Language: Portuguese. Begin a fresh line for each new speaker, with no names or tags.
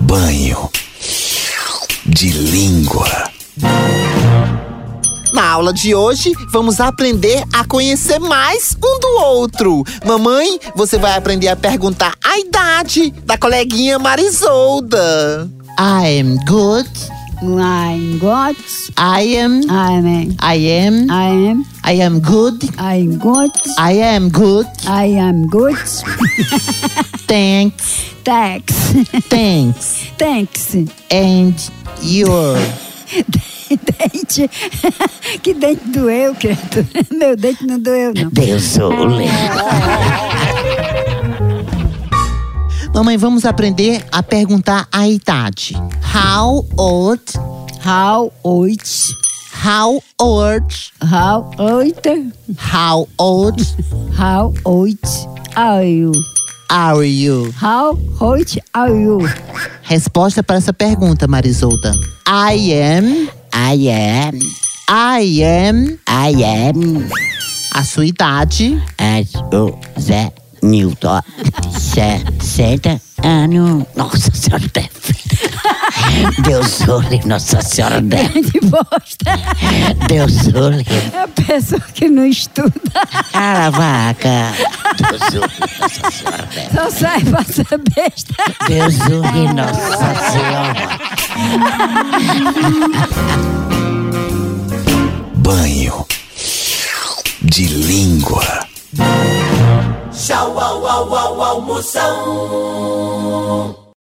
Banho de língua.
Na aula de hoje, vamos aprender a conhecer mais um do outro. Mamãe, você vai aprender a perguntar a idade da coleguinha Marisolda.
I am good.
I'm God.
I am.
I am.
I am.
I am.
I am good.
I'm God.
I am good.
I am good.
Thanks.
Thanks.
Thanks.
Thanks.
And your.
Dente. que dente doeu, querido. Meu dente não doeu, não.
Deus sou Mamãe, vamos aprender a perguntar a idade. How old?
How old?
How old?
How old?
How old
How old are you?
are you?
How old are you?
Resposta para essa pergunta, Marisolda. I am. I am. I am. I am. A sua idade.
Mas o Zé Nilton, 60 anos. Nossa Senhora Perfeita. Deus o livre, Nossa Senhora Perfeita.
De bosta.
Deus o livre.
É a pessoa que não estuda.
Ah, Caravaca. Deus o livre, Nossa Senhora Perfeita.
Só sai pra ser besta.
Deus o livre, Nossa Senhora.
Banho de língua.
Tchau, au, au, au, almoção.